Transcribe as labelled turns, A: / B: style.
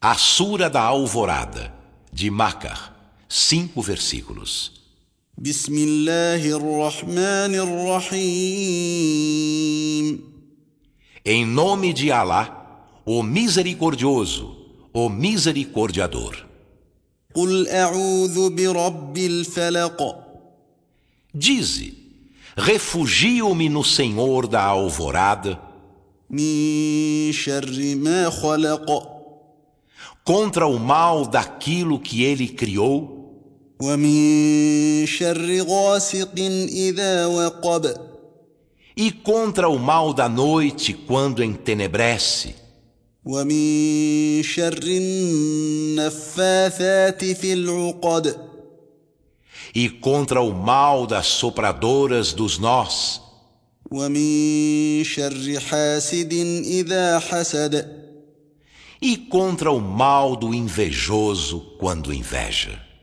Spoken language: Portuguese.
A: A Sura da Alvorada, de Macar, cinco versículos.
B: بسم الله الرحمن الرحيم
A: Em nome de Alá, o Misericordioso, o Misericordiador.
B: قل اعوذ برب الفلق
A: Dize: Refugio-me no Senhor da Alvorada,
B: من شر ما خلق
A: contra o mal daquilo que ele criou,
B: ومن شر غاسق اذا وقب
A: e contra o mal da noite quando entenebrece,
B: ومن شر النفاثات في العقد
A: e contra o mal das sopradoras dos nós.
B: ومن شر حاسد اذا حسد
A: e contra o mal do invejoso quando inveja.